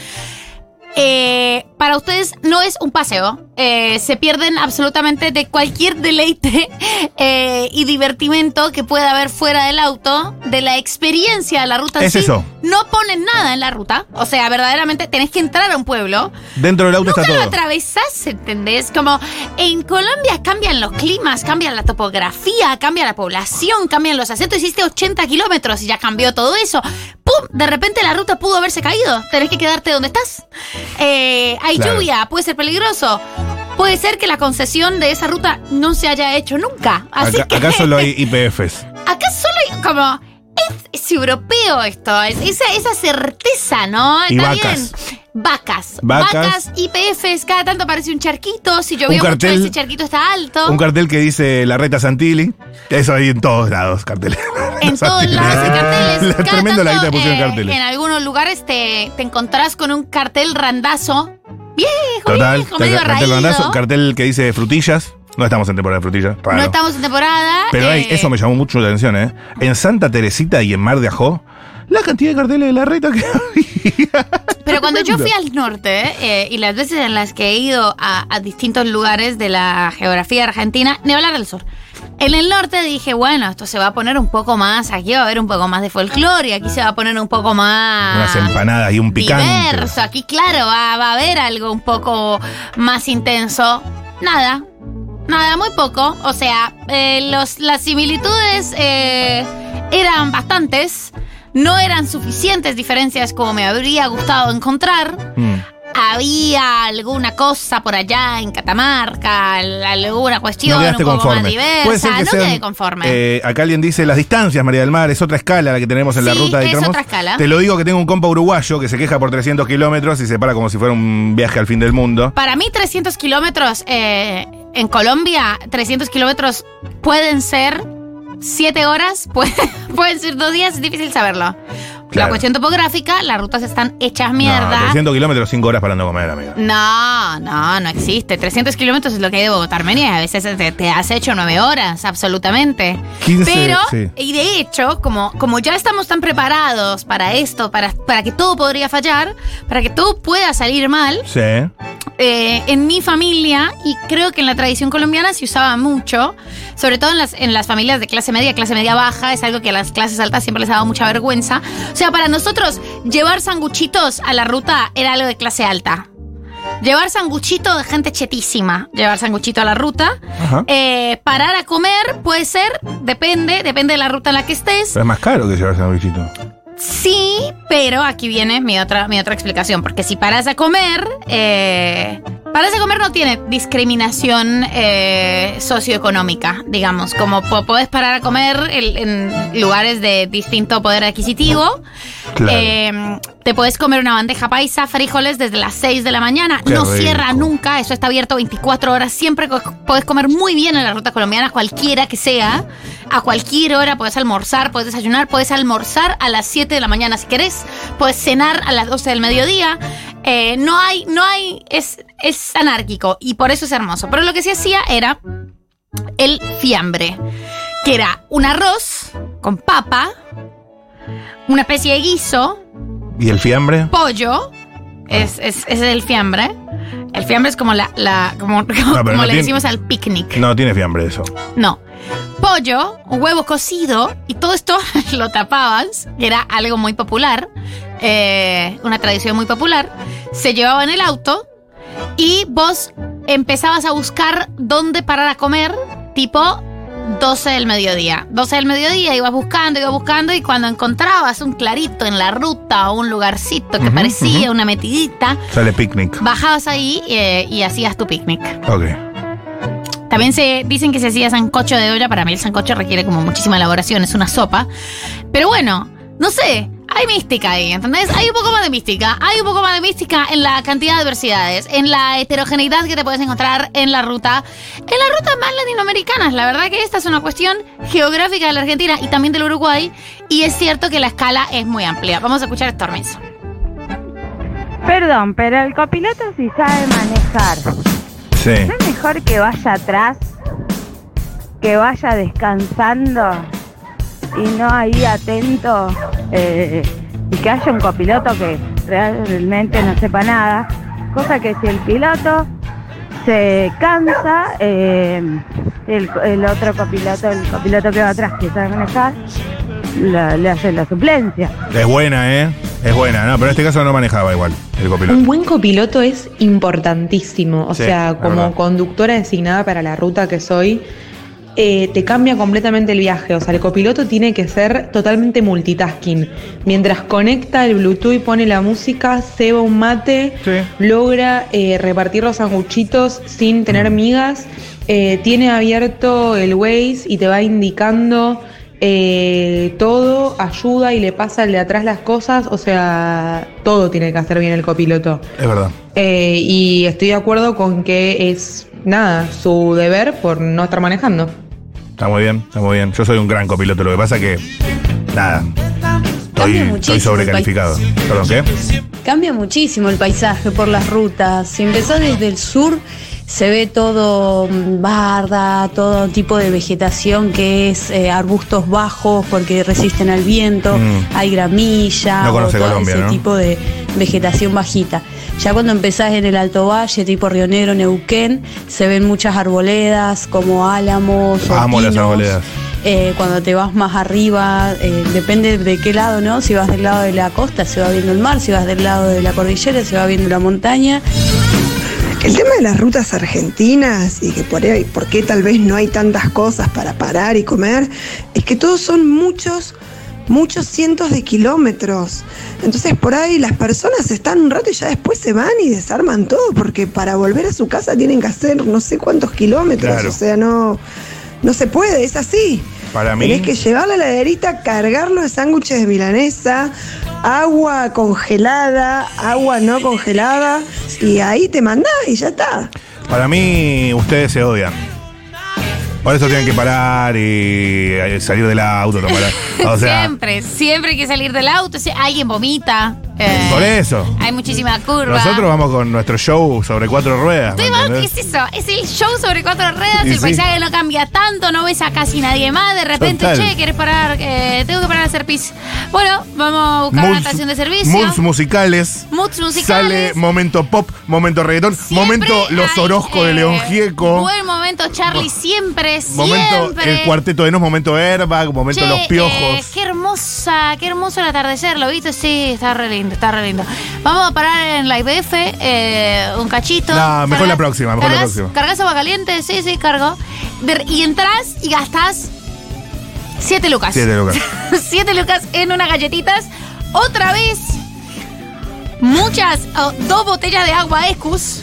Speaker 3: eh, para ustedes no es un paseo. Eh, se pierden absolutamente de cualquier deleite eh, y divertimento que pueda haber fuera del auto, de la experiencia de la ruta. en
Speaker 1: Es
Speaker 3: sí.
Speaker 1: eso.
Speaker 3: No ponen nada en la ruta. O sea, verdaderamente tenés que entrar a un pueblo.
Speaker 1: Dentro del auto
Speaker 3: Nunca
Speaker 1: está
Speaker 3: lo
Speaker 1: todo.
Speaker 3: atravesás, ¿entendés? Como en Colombia cambian los climas, cambian la topografía, cambia la población, cambian los acentos. Hiciste 80 kilómetros y ya cambió todo eso. ¡Pum! De repente la ruta pudo haberse caído. Tenés que quedarte donde estás. Eh, hay
Speaker 1: Claro.
Speaker 3: lluvia, puede ser peligroso. Puede ser que la concesión de esa ruta no se haya hecho nunca. Así
Speaker 1: Acá,
Speaker 3: que
Speaker 1: acá solo hay IPFs.
Speaker 3: acá solo hay como. Es, es europeo esto, es- esa, esa certeza, ¿no?
Speaker 1: Y
Speaker 3: Está
Speaker 1: vacas.
Speaker 3: bien. Vacas.
Speaker 1: Vacas.
Speaker 3: Vacas, IPFs, cada tanto aparece un charquito. Si llovió
Speaker 1: Un
Speaker 3: mucho,
Speaker 1: cartel.
Speaker 3: ese charquito está alto.
Speaker 1: Un cartel que dice la reta Santilli. Eso hay en todos lados, carteles.
Speaker 3: en todos lados hay carteles.
Speaker 1: La
Speaker 3: Cada
Speaker 1: tremenda la
Speaker 3: tanto,
Speaker 1: guita que pusieron
Speaker 3: eh,
Speaker 1: carteles.
Speaker 3: En algunos lugares te, te encontrás con un cartel randazo. Viejo,
Speaker 1: Total,
Speaker 3: viejo,
Speaker 1: tar-
Speaker 3: medio
Speaker 1: cartel bandazo,
Speaker 3: raído.
Speaker 1: cartel que dice frutillas. No estamos en temporada de frutillas. raro.
Speaker 3: No estamos en temporada.
Speaker 1: Pero hey,
Speaker 3: eh,
Speaker 1: eso me llamó mucho la atención, ¿eh? En Santa Teresita y en Mar de Ajó, la cantidad de carteles de la reta que había.
Speaker 3: Pero cuando yo
Speaker 1: Tremendo.
Speaker 3: fui al norte eh, y las veces en las que he ido a, a distintos lugares de la geografía argentina, ni hablar del sur. En el norte dije, bueno, esto se va a poner un poco más, aquí va a haber un poco más de folclore, aquí se va a poner un poco más...
Speaker 1: Unas empanadas y un picante.
Speaker 3: Diverso, aquí claro, va, va a haber algo un poco más intenso. Nada, nada, muy poco. O sea, eh, los, las similitudes eh, eran bastantes, no eran suficientes diferencias como me habría gustado encontrar.
Speaker 1: Mm.
Speaker 3: Había alguna cosa por allá en Catamarca, al- alguna
Speaker 1: No
Speaker 3: cuestión un
Speaker 1: quedaste
Speaker 3: poco
Speaker 1: conforme.
Speaker 3: más diversa.
Speaker 1: Puede ser que
Speaker 3: no
Speaker 1: sean,
Speaker 3: quedé conforme.
Speaker 1: eh, acá alguien dice las distancias, María del Mar, es otra escala la que tenemos en la
Speaker 3: Sí,
Speaker 1: ruta de
Speaker 3: es
Speaker 1: Cromos.
Speaker 3: otra escala.
Speaker 1: Te lo digo que tengo un compa uruguayo que se queja por 300 kilómetros y se para como si fuera un viaje al fin del mundo.
Speaker 3: Para mí 300 kilómetros eh, en Colombia, 300 kilómetros pueden ser 7 horas, puede- pueden ser 2 días, es difícil saberlo.
Speaker 1: Claro.
Speaker 3: La cuestión topográfica, las rutas están hechas
Speaker 1: No,
Speaker 3: mierda. Mm.
Speaker 1: 300 kilómetros, 5 horas parando a comer, amiga.
Speaker 3: No, no, no existe. 300 kilómetros es lo que hay de Bogotá, Armenia. A veces te, te has hecho 9 horas, absolutamente.
Speaker 1: 15,
Speaker 3: Pero,
Speaker 1: sí.
Speaker 3: y de hecho, como, como ya estamos tan preparados para esto, para, para que todo podría fallar, para que todo pueda salir mal,
Speaker 1: Sí.
Speaker 3: eh, en mi familia, y creo que en la tradición colombiana se usaba mucho, sobre todo en las, en las familias de clase media, clase media baja, es algo que a las clases altas siempre les ha dado mucha vergüenza. O sea, para nosotros, llevar sanguchitos a la ruta era algo de clase alta. Llevar sanguchito de gente chetísima, llevar sanguchito a la ruta.
Speaker 1: Ajá.
Speaker 3: Eh, parar a comer puede ser, depende, depende de la ruta en la que estés.
Speaker 1: Pero es más caro que llevarse un bichito.
Speaker 3: Sí, pero aquí viene mi otra, mi otra explicación, porque si paras a comer, eh, paras a comer no tiene discriminación eh, socioeconómica, digamos, como po- podés parar a comer el- en lugares de distinto poder adquisitivo,
Speaker 1: Claro.
Speaker 3: eh, te podés comer una bandeja paisa, frijoles desde las 6 de la mañana,
Speaker 1: Qué
Speaker 3: no
Speaker 1: rico.
Speaker 3: cierra nunca, eso está abierto 24 horas, siempre co- podés comer muy bien en la ruta colombiana, cualquiera que sea, a cualquier hora podés almorzar, podés desayunar, podés almorzar a las 7 de la mañana si querés, podés cenar a las 12 del mediodía, eh, no hay, no hay, es, es anárquico y por eso es hermoso, pero lo que sí hacía era el fiambre, que era un arroz con papa, una especie de guiso,
Speaker 1: ¿Y el fiambre?
Speaker 3: pollo.
Speaker 1: Ah.
Speaker 3: Es, es, es el fiambre. El fiambre es como la, la como, como
Speaker 1: Ah, no
Speaker 3: le
Speaker 1: tiene-
Speaker 3: decimos al picnic.
Speaker 1: No, tiene fiambre eso.
Speaker 3: No. Pollo, un huevo cocido y todo esto lo tapabas, que era algo muy popular, eh, una tradición muy popular. Se llevaba en el auto y vos empezabas a buscar dónde parar a comer, tipo 12 del mediodía. 12 del mediodía ibas buscando, ibas buscando y cuando encontrabas un clarito en la ruta o un lugarcito que
Speaker 1: Ujú,
Speaker 3: parecía una metidita,
Speaker 1: Sale picnic.
Speaker 3: bajabas ahí eh, y hacías tu picnic.
Speaker 1: Ok.
Speaker 3: También se dicen que se hacía sancocho de olla. Para mí el sancocho requiere como muchísima elaboración, es una sopa. Pero bueno, no sé. Hay mística ahí, ¿entendés? Hay un poco más de mística. Hay un poco más de mística en la cantidad de diversidades, en la heterogeneidad que te puedes encontrar en la ruta. En las rutas más latinoamericanas. La verdad que esta es una cuestión geográfica de la Argentina y también del Uruguay. Y es cierto que la escala es muy amplia. Vamos a escuchar Stormis.
Speaker 5: Perdón, pero el copiloto sí sabe manejar.
Speaker 1: Sí. Sí.
Speaker 5: ¿No es mejor que vaya atrás? Que vaya descansando y no ahí atento eh, y que haya un copiloto que realmente no sepa nada. Cosa que si el piloto se cansa, eh, el, el otro copiloto, el copiloto que va atrás, que sabe manejar, la- le hace la suplencia.
Speaker 1: Es buena, ¿eh? Es buena. No, pero en este caso no manejaba igual el
Speaker 8: Un
Speaker 1: copiloto.
Speaker 8: buen copiloto es importantísimo. O
Speaker 1: Sí, es
Speaker 8: sea,
Speaker 1: verdad.
Speaker 8: como conductora designada para la ruta que soy, eh, te cambia completamente el viaje. O sea, el copiloto tiene que ser totalmente multitasking. Mientras conecta el Bluetooth, pone la música, ceba un mate,
Speaker 1: Sí.
Speaker 8: logra eh, repartir los sanguchitos sin
Speaker 1: Mm.
Speaker 8: tener migas, eh, tiene abierto el Waze y te va indicando. eh, todo ayuda y le pasa al de atrás las cosas, o sea, todo tiene que hacer bien el copiloto.
Speaker 1: Es verdad.
Speaker 8: Eh, y estoy de acuerdo con que es nada, su deber por no estar manejando.
Speaker 1: Está muy bien, está muy bien. Yo soy un gran copiloto. Lo que pasa que. Nada. Estoy,
Speaker 9: Cambia
Speaker 1: estoy
Speaker 9: muchísimo el
Speaker 1: sobrecalificado. ¿Perdón qué?
Speaker 9: Cambia muchísimo el paisaje por las rutas. Si empezás desde el sur, se ve todo mm, barda, todo tipo de vegetación que es eh, arbustos bajos porque resisten al viento,
Speaker 1: Mm.
Speaker 9: hay gramilla,
Speaker 1: No
Speaker 9: o
Speaker 1: conoce
Speaker 9: todo
Speaker 1: Colombia,
Speaker 9: ese
Speaker 1: ¿no?
Speaker 9: tipo de vegetación bajita. Ya cuando empezás en el Alto Valle, tipo Río Negro, Neuquén, se ven muchas arboledas como álamos. o
Speaker 1: Amo las
Speaker 9: pinos.
Speaker 1: arboledas.
Speaker 9: Eh, cuando te vas más arriba, eh, depende de qué lado, ¿no? Si vas del lado de la costa se va viendo el mar, si vas del lado de la cordillera se va viendo la montaña.
Speaker 10: El tema de las rutas argentinas y que por, ahí- por qué tal vez no hay tantas cosas para parar y comer, es que todos son muchos, muchos cientos de kilómetros. Entonces por ahí las personas están un rato y ya después se van y desarman todo, porque para volver a su casa tienen que hacer no sé cuántos kilómetros.
Speaker 1: Claro.
Speaker 10: O sea, no, no se puede, es así.
Speaker 1: Para mí.
Speaker 10: Tenés que llevar la heladerita, cargarlo de sándwiches de milanesa, agua congelada, agua no congelada, y ahí te mandás y ya está.
Speaker 1: Para mí, ustedes se odian. Por eso tienen que parar y eh, salir del auto. tomar- O sea,
Speaker 3: siempre, siempre hay que salir del auto. Si alguien vomita. eh,
Speaker 1: por eso.
Speaker 3: Hay muchísima curva.
Speaker 1: Nosotros vamos con nuestro show sobre cuatro ruedas. ¿me
Speaker 3: Estoy mal, ¿qué
Speaker 1: entendés?
Speaker 3: es eso? Es el show sobre cuatro ruedas,
Speaker 1: Y
Speaker 3: el
Speaker 1: sí.
Speaker 3: paisaje no cambia tanto, no ves a casi nadie más, de repente,
Speaker 1: Total.
Speaker 3: che, ¿quieres parar? Eh, tengo que parar a hacer pis. Bueno, vamos a buscar una
Speaker 1: Moods-
Speaker 3: estación de servicio.
Speaker 1: Moods musicales.
Speaker 3: Moods musicales.
Speaker 1: Sale momento pop, momento reggaetón,
Speaker 3: Siempre
Speaker 1: momento los
Speaker 3: hay,
Speaker 1: Orozco de
Speaker 3: eh,
Speaker 1: León Gieco.
Speaker 3: Buen momento, Charlie, siempre,
Speaker 1: Momento
Speaker 3: siempre.
Speaker 1: el cuarteto de nos, momento airbag, momento
Speaker 3: Che,
Speaker 1: los
Speaker 3: eh,
Speaker 1: piojos.
Speaker 3: qué hermosa, qué hermoso el atardecer, ¿lo viste? Sí, está re lindo, está re lindo. Vamos a parar en la IBF, eh, un cachito.
Speaker 1: No, mejor
Speaker 3: Cargas-
Speaker 1: la próxima, mejor la
Speaker 3: cargas-
Speaker 1: próxima.
Speaker 3: Cargas agua caliente, sí, sí, cargo. De- y entras y gastás siete lucas.
Speaker 1: Siete lucas.
Speaker 3: Siete lucas en unas galletitas. Otra vez, muchas, oh, dos botellas de agua Escus.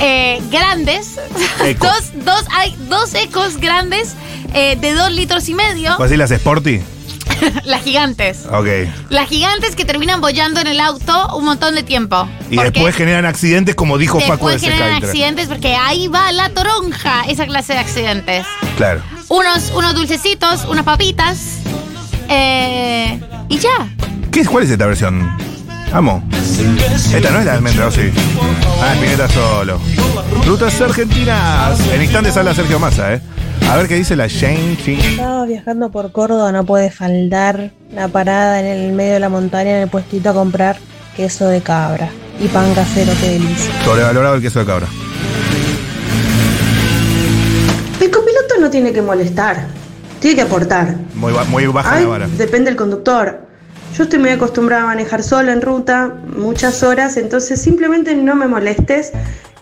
Speaker 3: eh, grandes,
Speaker 1: Eco.
Speaker 3: dos, dos, hay dos ecos grandes eh, de dos litros y medio.
Speaker 1: ¿Vos decís las Sporty?
Speaker 3: Las gigantes.
Speaker 1: Ok.
Speaker 3: Las gigantes que terminan bollando en el auto un montón de tiempo.
Speaker 1: Y
Speaker 3: Porque
Speaker 1: después generan accidentes, como dijo Facu de
Speaker 3: después generan
Speaker 1: Skytrain.
Speaker 3: accidentes porque ahí va la toronja, esa clase de accidentes.
Speaker 1: Claro.
Speaker 3: Unos, unos dulcecitos, unas papitas. eh, y ya.
Speaker 1: ¿Qué, es- ¿Cuál es esta versión? Amo. Esta no es la de almendra, ¿o sí. Ah, Spinetta solo. Rutas argentinas. En instantes habla Sergio Massa, ¿eh? A ver qué dice la Shane Chin.
Speaker 5: Estaba viajando por Córdoba, no puede faltar la parada en el medio de la montaña en el puestito a comprar queso de cabra y pan casero, que delicia.
Speaker 1: Sobrevalorado el queso de cabra.
Speaker 10: El copiloto no tiene que molestar, tiene que aportar.
Speaker 1: Muy, ba- muy baja
Speaker 10: Ay,
Speaker 1: la vara.
Speaker 10: depende del conductor. Yo estoy muy acostumbrada a manejar sola en ruta, muchas horas, entonces simplemente no me molestes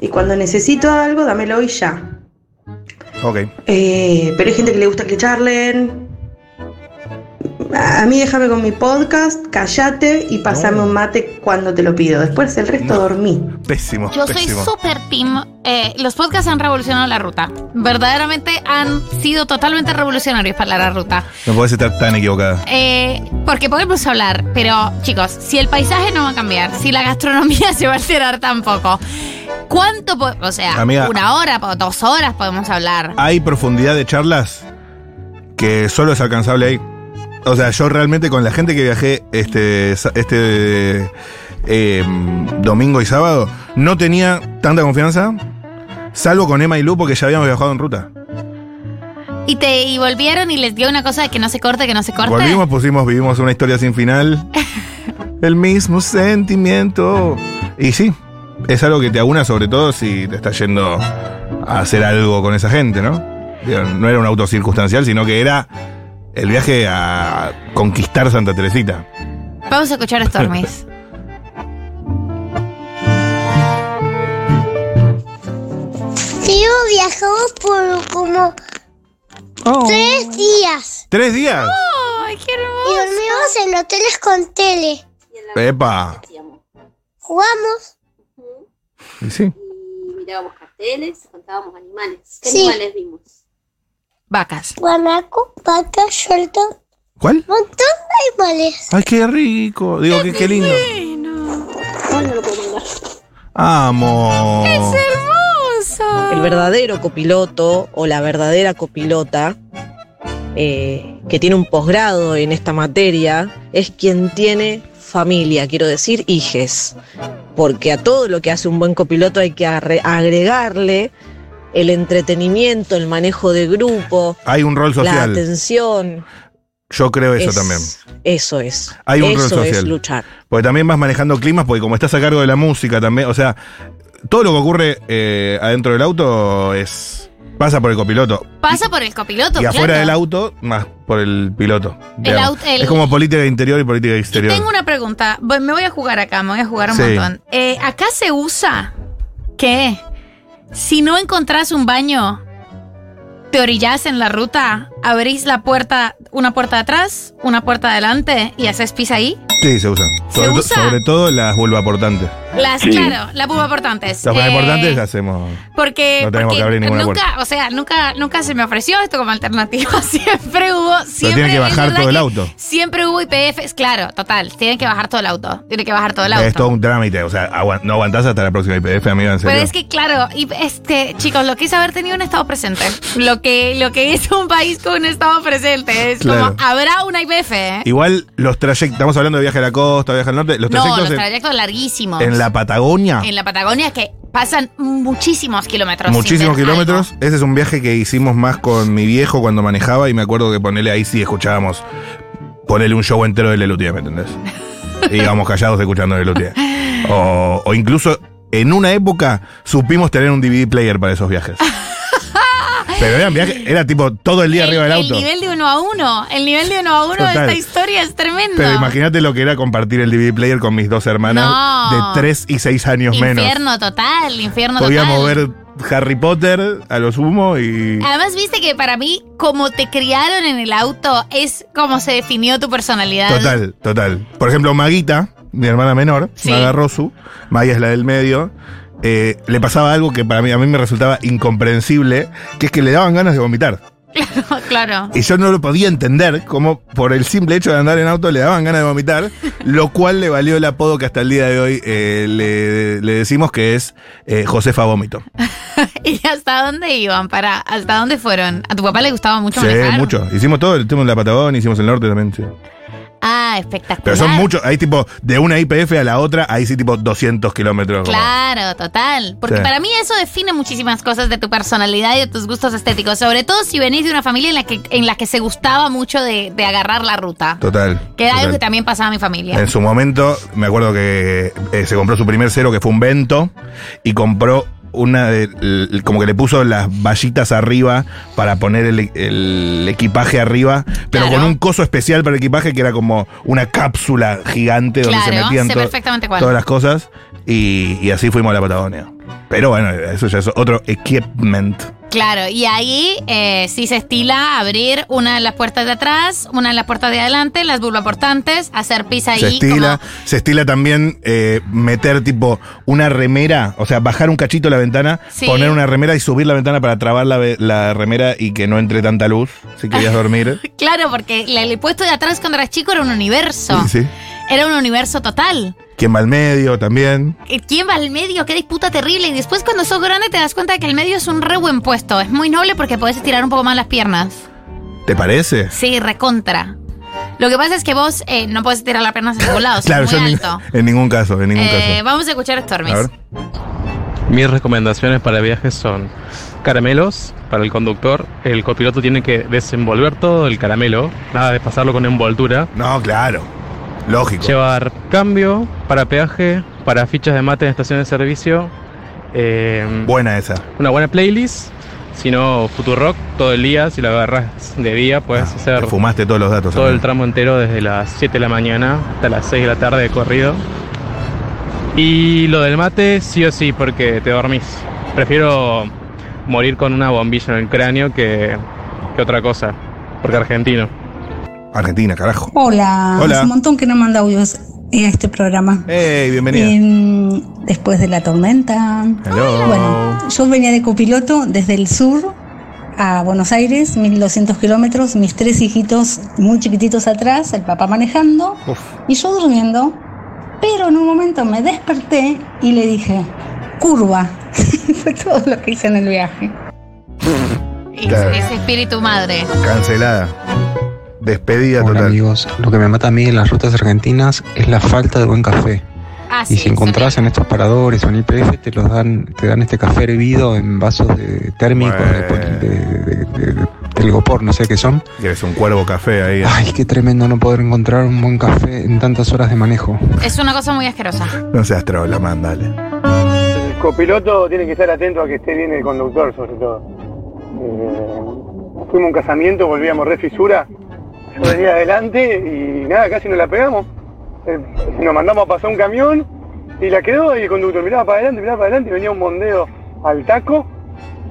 Speaker 10: y cuando necesito algo, dámelo y ya.
Speaker 1: Ok.
Speaker 10: Eh, pero hay gente que le gusta que charlen. A a mí déjame con mi podcast, callate y pasame
Speaker 1: No.
Speaker 10: un mate cuando te lo pido. Después el resto
Speaker 1: No.
Speaker 10: dormí.
Speaker 1: Pésimo.
Speaker 3: Yo soy
Speaker 1: pésimo.
Speaker 3: super team. eh, los podcasts han revolucionado la ruta. Verdaderamente han sido totalmente revolucionarios para la ruta.
Speaker 1: No podés estar tan equivocada.
Speaker 3: Eh, porque podemos hablar, pero chicos, si el paisaje no va a cambiar, si la gastronomía se va a alterar tampoco, ¿cuánto? po- O sea,
Speaker 1: Amiga. Ah.
Speaker 3: una hora, po- dos horas podemos hablar.
Speaker 1: Hay profundidad de charlas que solo es alcanzable ahí. O sea, yo realmente con la gente que viajé este, sa- em, este eh, domingo y sábado, no tenía tanta confianza Salvo con Emma y Lu, porque ya habíamos viajado en ruta.
Speaker 3: Y te y volvieron y les dio una cosa de que no se corte, que no se corte.
Speaker 1: Volvimos, pusimos, vivimos una historia sin final. El mismo sentimiento. Y sí, es algo que te aúna sobre todo si te estás yendo a hacer algo con esa gente, ¿no? Digo, No era un auto circunstancial, sino que era el viaje a conquistar Santa Teresita.
Speaker 3: Vamos a escuchar a Stormis.
Speaker 11: Leo viajó por como tres días.
Speaker 1: ¿Tres días?
Speaker 3: ¡Ay, qué
Speaker 11: Y dormimos en hoteles con tele.
Speaker 1: ¡Epa!
Speaker 11: Jugamos.
Speaker 1: Y sí.
Speaker 12: Mirábamos carteles, contábamos animales.
Speaker 11: ¿Qué Sí. animales
Speaker 12: vimos?
Speaker 3: Vacas.
Speaker 11: Guanaco, vaca, suelto.
Speaker 1: ¿Cuál?
Speaker 11: Montón de animales.
Speaker 1: ¡Ay, qué rico! Digo, qué, qué lindo.
Speaker 12: no lo puedo mandar.
Speaker 1: ¡Amo!
Speaker 3: hermoso!
Speaker 13: El verdadero copiloto o la verdadera copilota eh, que tiene un posgrado en esta materia es quien tiene familia, quiero decir, hijes. Porque a todo lo que hace un buen copiloto hay que arre- agregarle el entretenimiento, el manejo de grupo,
Speaker 1: Hay un rol
Speaker 13: la
Speaker 1: social.
Speaker 13: atención.
Speaker 1: Yo creo eso
Speaker 13: Es-
Speaker 1: también.
Speaker 13: Eso es.
Speaker 1: Hay un
Speaker 13: eso
Speaker 1: rol
Speaker 13: es
Speaker 1: social.
Speaker 13: luchar.
Speaker 1: Porque también vas manejando climas, porque como estás a cargo de la música también, o sea, todo lo que ocurre eh, adentro del auto es pasa por el copiloto.
Speaker 3: Pasa por el copiloto.
Speaker 1: y afuera
Speaker 3: claro.
Speaker 1: del auto, más por el piloto. digamos.
Speaker 3: auto- el-
Speaker 1: Es como política interior y política
Speaker 3: Y
Speaker 1: exterior.
Speaker 3: tengo una pregunta. Voy- Me voy a jugar acá, me voy a jugar un
Speaker 1: Sí.
Speaker 3: montón. Eh, acá se usa que si no encontrás un baño, te orillás en la ruta, abrís la puerta, una puerta de atrás, una puerta de adelante y haces pis ahí.
Speaker 1: Sí, se usa.
Speaker 3: ¿Se
Speaker 1: Sobre, to-
Speaker 3: usa?
Speaker 1: sobre todo las vuelvaportantes.
Speaker 3: Las,
Speaker 1: Sí.
Speaker 3: claro, las pupa portantes.
Speaker 1: Las
Speaker 3: Eh,
Speaker 1: vuelvaportantes las hacemos.
Speaker 3: Porque,
Speaker 1: No tenemos
Speaker 3: porque
Speaker 1: que abrir ninguna
Speaker 3: nunca,
Speaker 1: puerta.
Speaker 3: o sea, nunca, nunca se me ofreció esto como alternativa. Siempre hubo,
Speaker 1: Pero
Speaker 3: siempre.
Speaker 1: tiene que
Speaker 3: es
Speaker 1: bajar
Speaker 3: verdad
Speaker 1: todo el
Speaker 3: que
Speaker 1: auto.
Speaker 3: Siempre hubo IPFs, claro, total. Tienen que bajar todo el auto. Tiene que bajar todo el auto.
Speaker 1: Es todo un trámite. O sea, aguan- no aguantás hasta la próxima IPF, amigo, en serio.
Speaker 3: Pero Pues es que claro, y este, chicos, lo que es haber tenido un estado presente. Lo que, lo que es un país con un estado presente. Es
Speaker 1: Claro.
Speaker 3: como, habrá una IPF, ¿eh?
Speaker 1: Igual los trayectos, estamos hablando de viaje a la costa, viaje al norte, los
Speaker 3: no,
Speaker 1: trayectos,
Speaker 3: los
Speaker 1: en-
Speaker 3: trayectos larguísimos.
Speaker 1: en, la Patagonia,
Speaker 3: En la Patagonia es que pasan muchísimos kilómetros. sin
Speaker 1: muchísimos
Speaker 3: ver
Speaker 1: kilómetros. Ese es un viaje que hicimos más con mi viejo cuando manejaba y me acuerdo que ponele ahí sí escuchábamos, ponele un show entero de Lelutier, ¿me entendés? Y íbamos callados escuchando Lelutier. O, o incluso en una época supimos tener un DVD player para esos viajes. Pero eran viajes, era tipo todo el día arriba del
Speaker 3: algo.
Speaker 1: auto.
Speaker 3: El nivel de uno a uno, el nivel de uno a uno de
Speaker 1: Total.
Speaker 3: esta historia es tremendo.
Speaker 1: Pero imagínate lo que era compartir el DVD player con mis dos hermanas
Speaker 3: No.
Speaker 1: de 3 y 6 años menos.
Speaker 3: Infierno total, infierno
Speaker 1: Podíamos
Speaker 3: total. Ah,
Speaker 1: ver Harry Potter a lo sumo y.
Speaker 3: Además, viste que para mí, como te criaron en el auto, es como se definió tu personalidad.
Speaker 1: Total, total. Por ejemplo, Maguita, mi hermana menor,
Speaker 3: Sí.
Speaker 1: Maga Rosu, Magia es la del medio. eh, le pasaba algo que para mí, a mí me resultaba incomprensible, que es que le daban ganas de vomitar.
Speaker 3: claro.
Speaker 1: Y yo no lo podía entender, como por el simple hecho de andar en auto le daban ganas de vomitar, lo cual le valió el apodo que hasta el día de hoy eh, le, le decimos que es eh, Josefa Vómito.
Speaker 3: ¿Y hasta dónde iban? Para, ¿Hasta dónde fueron? ¿A tu papá le gustaba mucho
Speaker 1: Sí,
Speaker 3: manejar?
Speaker 1: mucho. Hicimos todo, estuvimos en la Patagonia, hicimos el norte también, sí.
Speaker 3: Ah, espectacular.
Speaker 1: Pero son muchos, hay tipo, de una IPF a la otra, hay sí tipo 200 kilómetros. como-
Speaker 3: Claro, total. Porque
Speaker 1: Sí.
Speaker 3: para mí eso define muchísimas cosas de tu personalidad y de tus gustos estéticos. Sobre todo si venís de una familia en la que, en la que se gustaba mucho de, de agarrar la ruta.
Speaker 1: Total.
Speaker 3: Que era algo que
Speaker 1: total.
Speaker 3: también pasaba a mi familia.
Speaker 1: En su momento, me acuerdo que eh, se compró su primer cero, que fue un Vento, y compró una de- l- como que le puso las vallitas arriba para poner el, el equipaje arriba, pero
Speaker 3: Claro.
Speaker 1: con un coso especial para el equipaje que era como una cápsula gigante donde se
Speaker 3: Claro,
Speaker 1: metían
Speaker 3: sé
Speaker 1: to-
Speaker 3: perfectamente cuál.
Speaker 1: todas las cosas, y, y así fuimos a la Patagonia. Pero bueno, eso ya es otro equipment.
Speaker 3: Claro, y ahí eh, sí se estila abrir una de las puertas de atrás, una de las puertas de adelante, las bulbaportantes, hacer pis ahí.
Speaker 1: Se estila, se estila también eh, meter tipo una remera, o sea, bajar un cachito la ventana,
Speaker 3: Sí.
Speaker 1: poner una remera y subir la ventana para trabar la, ve- la remera y que no entre tanta luz si querías dormir.
Speaker 3: como- claro, porque la- el puesto de atrás cuando eras chico era un universo.
Speaker 1: Sí, sí.
Speaker 3: Era un universo total.
Speaker 1: ¿Quién va al medio también?
Speaker 3: Eh, ¿Quién va al medio? Qué disputa terrible. Y después cuando sos grande te das cuenta de que el medio es un re buen puesto. Es muy noble porque podés estirar un poco más las piernas.
Speaker 1: ¿Te parece?
Speaker 3: Sí, recontra. Lo que pasa es que vos eh, no podés estirar las piernas en ningún lado. sos
Speaker 1: claro,
Speaker 3: muy
Speaker 1: yo en,
Speaker 3: alto.
Speaker 1: ning- en ningún caso, en ningún
Speaker 3: Eh,
Speaker 1: caso.
Speaker 3: vamos a escuchar a Stormis.
Speaker 1: A ver.
Speaker 14: Mis recomendaciones para viajes son caramelos para el conductor. El copiloto tiene que desenvolver todo el caramelo, nada de pasarlo con envoltura.
Speaker 1: No, claro. Lógico.
Speaker 14: Llevar cambio para peaje, para fichas de mate en estaciones de servicio. eh,
Speaker 1: Buena esa.
Speaker 14: Una buena playlist. Si no, Futurock todo el día. Si la agarras de día, puedes hacer
Speaker 1: Ah, Te fumaste todos los datos.
Speaker 14: todo el
Speaker 1: amigo.
Speaker 14: tramo entero desde las 7 de la mañana hasta las 6 de la tarde de corrido. Y lo del mate, sí o sí, porque te dormís. Prefiero morir con una bombilla en el cráneo que, que otra cosa, porque argentino.
Speaker 1: Argentina, carajo.
Speaker 9: Hola,
Speaker 1: Hola.
Speaker 9: hace un montón que no mando audios eh, a este programa.
Speaker 1: Hey, bienvenida.
Speaker 9: Em, después de la tormenta.
Speaker 1: Hello.
Speaker 9: Bueno, yo venía de copiloto desde el sur a Buenos Aires, 1200 kilómetros, mis tres hijitos muy chiquititos atrás, el papá manejando
Speaker 1: Uf.
Speaker 9: y yo durmiendo. Pero en un momento me desperté y le dije, curva. Fue todo lo que hice en el viaje.
Speaker 1: Claro.
Speaker 3: Ese espíritu madre.
Speaker 1: Cancelada. Despedida total.
Speaker 6: amigos, lo que me mata a mí en las rutas argentinas es la falta de buen café.
Speaker 3: Ah,
Speaker 6: y si encontrás en estos paradores o en IPF te los dan, te dan este café hervido en vasos de térmicos de, pol- de, de- de- de telgopor, no sé qué son.
Speaker 1: Y eres un cuervo café ahí.
Speaker 6: Ay, qué tremendo no poder encontrar un buen café en tantas horas de manejo.
Speaker 3: Es una cosa muy asquerosa.
Speaker 1: No seas trola, man, dale.
Speaker 10: El copiloto tiene que estar atento a que esté bien el conductor, sobre todo. Eh, fuimos a un casamiento, volvíamos re fisura. Yo venía adelante y nada, casi nos la pegamos. Eh, nos mandamos a pasar un camión y la quedó y el conductor miraba para adelante, miraba para adelante y venía un mondeo al taco.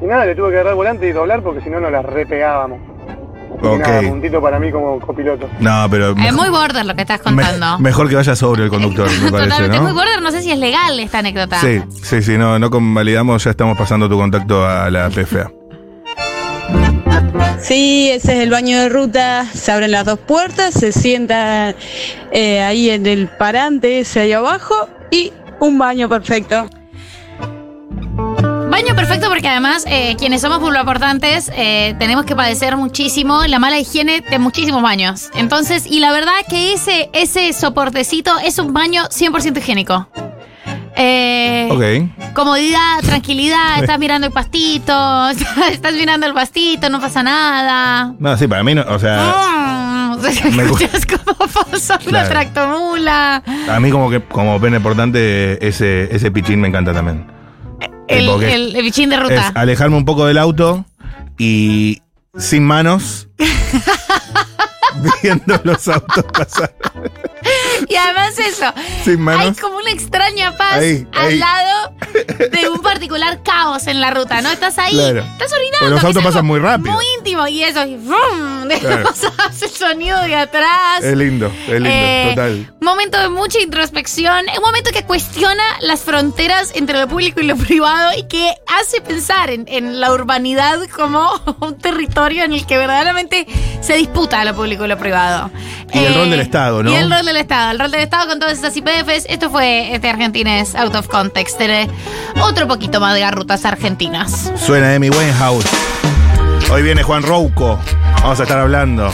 Speaker 10: Y nada, le tuve que agarrar el volante y doblar porque si no nos la repegábamos. Y
Speaker 1: Ok.
Speaker 10: nada, puntito para mí como copiloto.
Speaker 1: No, pero.
Speaker 3: Es
Speaker 1: mejor-
Speaker 3: Eh, muy border lo que estás
Speaker 1: me-
Speaker 3: contando.
Speaker 1: mejor que vaya sobrio el conductor, me parece,
Speaker 3: Totalmente es muy
Speaker 1: ¿no?
Speaker 3: border, no sé si es legal esta anécdota.
Speaker 1: Sí, sí, sí, no, no convalidamos, ya estamos pasando tu contacto a la PFA.
Speaker 15: Sí, ese es el baño de ruta. Se abren las dos puertas, se sienta eh, ahí en el parante ese ahí abajo y un baño perfecto.
Speaker 3: Baño perfecto porque además eh, quienes somos pulvaportantes eh, tenemos que padecer muchísimo la mala higiene de muchísimos baños. Entonces, y la verdad que ese, ese soportecito es un baño 100% higiénico. Eh,
Speaker 1: Ok.
Speaker 3: Comodidad, tranquilidad, estás mirando el pastito, estás mirando el pastito, no pasa nada.
Speaker 1: No, sí, para mí no, o sea,
Speaker 3: Mm,
Speaker 1: Ah. me gusta.
Speaker 3: escuchas como pasa una
Speaker 1: Claro.
Speaker 3: tractomula.
Speaker 1: a mí como que como pene portante ese, ese pichín me encanta también. Eh,
Speaker 3: El,
Speaker 1: porque
Speaker 3: el, el bichín de
Speaker 1: Es
Speaker 3: ruta.
Speaker 1: alejarme un poco del auto y sin manos viendo los autos pasar
Speaker 3: Y además eso,
Speaker 1: sin
Speaker 3: hay
Speaker 1: manos.
Speaker 3: como una extraña paz
Speaker 1: Ahí,
Speaker 3: al
Speaker 1: ahí.
Speaker 3: lado de un particular caos en la ruta, ¿no? Estás ahí,
Speaker 1: Claro.
Speaker 3: estás
Speaker 1: Porque
Speaker 3: orinando.
Speaker 1: los
Speaker 3: que
Speaker 1: autos
Speaker 3: es algo
Speaker 1: pasan muy rápido.
Speaker 3: Muy íntimo y eso, y ¡vum! De
Speaker 1: Claro.
Speaker 3: cosas, el sonido de atrás.
Speaker 1: Es lindo, es lindo,
Speaker 3: Eh,
Speaker 1: total.
Speaker 3: Momento de mucha introspección, un momento que cuestiona las fronteras entre lo público y lo privado y que hace pensar en, en la urbanidad como un territorio en el que verdaderamente se disputa lo público y lo privado. Eh,
Speaker 1: Y el rol del Estado, ¿no?
Speaker 3: Y el rol del Estado, el rol del Estado con todas esas IPFs. Esto fue este Argentines Out of Context. eh, Otro poquito más de garrutas argentinas.
Speaker 1: Suena Amy Winehouse. Hoy viene Juan Rouco. Vamos a estar hablando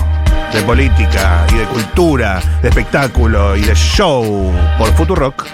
Speaker 1: de política y de cultura, de espectáculo y de show por Futurock.